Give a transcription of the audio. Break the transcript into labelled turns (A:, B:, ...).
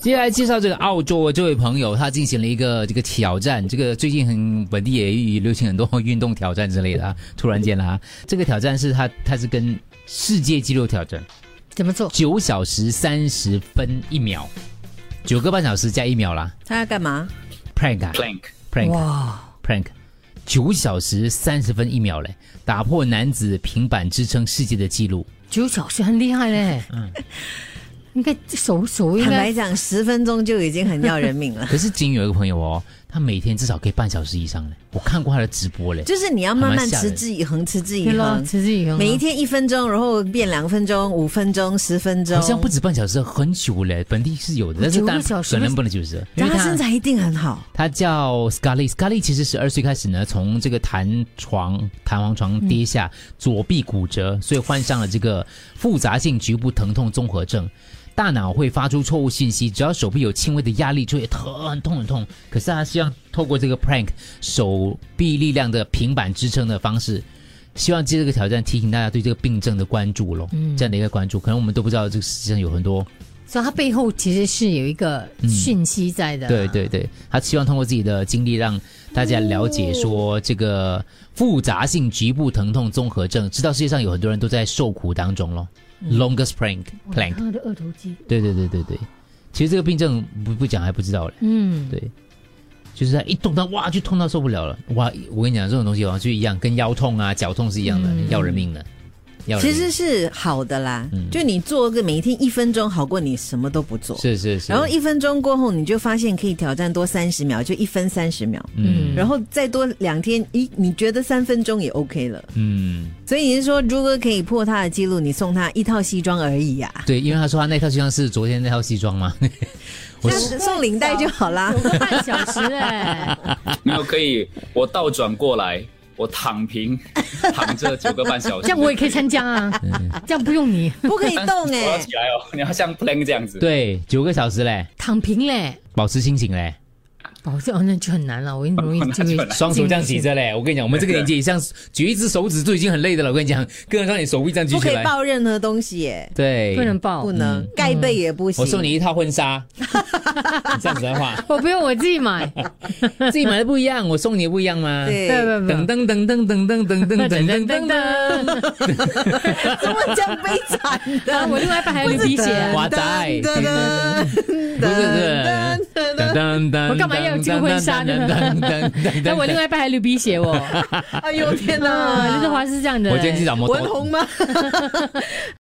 A: 接下来介绍这个澳洲的这位朋友，他进行了一个这个挑战，这个最近很本地也流行很多运动挑战之类的啊。突然间了啊，这个挑战是他他是跟世界纪录挑战，
B: 怎么做？
A: 九小时三十分一秒，九个半小时加一秒啦
B: 他要干嘛？
A: ，prank 啊
C: Plank
A: prank
B: 哇，
A: prank，九小时三十分一秒嘞，打破男子平板支撑世界的纪录。
B: 九小时很厉害嘞。嗯，应该手手应
D: 坦白
B: 该
D: 讲，十分钟就已经很要人命 了。
A: 可是金有一个朋友哦，他每天至少可以半小时以上嘞，我看过他的直播嘞。
D: 就是你要慢
A: 还蛮
D: 慢
A: 吓人
D: 持之以恒，持之以
B: 对咯，
D: 恒，
B: 持之以恒啊。
D: 每一天一分钟，然后变两分钟、五分钟、十分钟。
A: 好像不止半小时，很久嘞。本地是有的，但是
B: 哦九个
A: 当然
B: 小时
A: 可能不能九十。因
D: 但
A: 为
D: 他身材一定很好，
A: 他叫 Scarlett，Scarlett 其实十二岁开始呢，从这个弹床弹簧床跌下，左臂骨折，所以患上了这个复杂性局部疼痛综合症。大脑会发出错误信息，只要手臂有轻微的压力，就会疼很痛很痛。可是他希望透过这个 prank 手臂力量的平板支撑的方式，希望借这个挑战提醒大家对这个病症的关注咯，
B: 嗯
A: 这样的一个关注，可能我们都不知道这个世界上有很多
B: 所以它背后其实是有一个讯息在的。
A: 嗯对对对，他希望通过自己的经历让大家了解说这个复杂性局部疼痛综合症，知道世界上有很多人都在受苦当中咯。Longest
D: 嗯
A: prank
B: 哇，
A: plank，
B: 他的二头肌。
A: 对对对对对，其实这个病症不不讲还不知道嘞，
B: 嗯，
A: 对，就是他一动到哇就痛到受不了了，哇！我跟你讲，这种东西好像就一样，跟腰痛啊、脚痛是一样的，要人命的。要人
D: 嗯其
A: 命
D: 实是好的啦。
A: 嗯
D: 就你做个每天一分钟，好过你什么都不做。
A: 是是是，
D: 然后一分钟过后，你就发现可以挑战多三十秒，就一分三十秒。
A: 嗯
D: 然后再多两天，咦，你觉得三分钟也 OK 了？
A: 嗯，
D: 所以你是说，如果可以破他的记录，你送他一套西装而已呀、
A: 对，因为他说他那套西装是昨天那套西装嘛，我
D: 这样子送领带就好啦
B: 九。个嗯半小时嘞，
C: 没有可以，我倒转过来，我躺平，躺着九个半小 时。
B: 这样我也可以参加啊，
A: 嗯
B: 这样不用你
D: 不可以
C: 但是
D: 动
B: 欸
C: 我要
D: 哎、
C: 起来哦，你要像 Plank 这样 子。，
A: 对，九个小时嘞，
B: 躺平嘞。
A: 保持清醒嘞。
B: 哦，这哦那就很难了，我很容易
C: 那
B: 就
C: 就
B: 会
C: 很 难
A: 双手这样举着嘞，我跟你讲，我们这个年纪，像举一只手指都已经很累的了。我跟你讲，更让你手臂这样举
D: 不
A: 起
D: 可以
A: 来，
D: 抱任何东西耶、
A: 对，
B: 不能抱
D: 不。能、盖被也不行。
A: 我送你一套婚纱，你这样子的话，
B: 我不用我自己买，
D: 哎
A: 自己买的不一样，我送你的不一样吗？，
D: 对，
B: 不不
A: 噔
B: 不，
A: 噔噔噔噔噔噔噔噔噔噔
B: 噔，
D: 怎么这样悲惨
B: 然 后我
D: 的？
B: 另外一半还有流 鼻血，
A: 哇仔
D: 噔噔噔
A: 不是不是，噔噔噔，噔噔噔
B: 那
A: 噔，
B: 我另外一半还流鼻血哦。
D: 哎呦天
B: 啊，刘
D: 哪！
B: 德华是这样的、
A: 我今天去找摩
D: 文
A: 托
D: 红吗？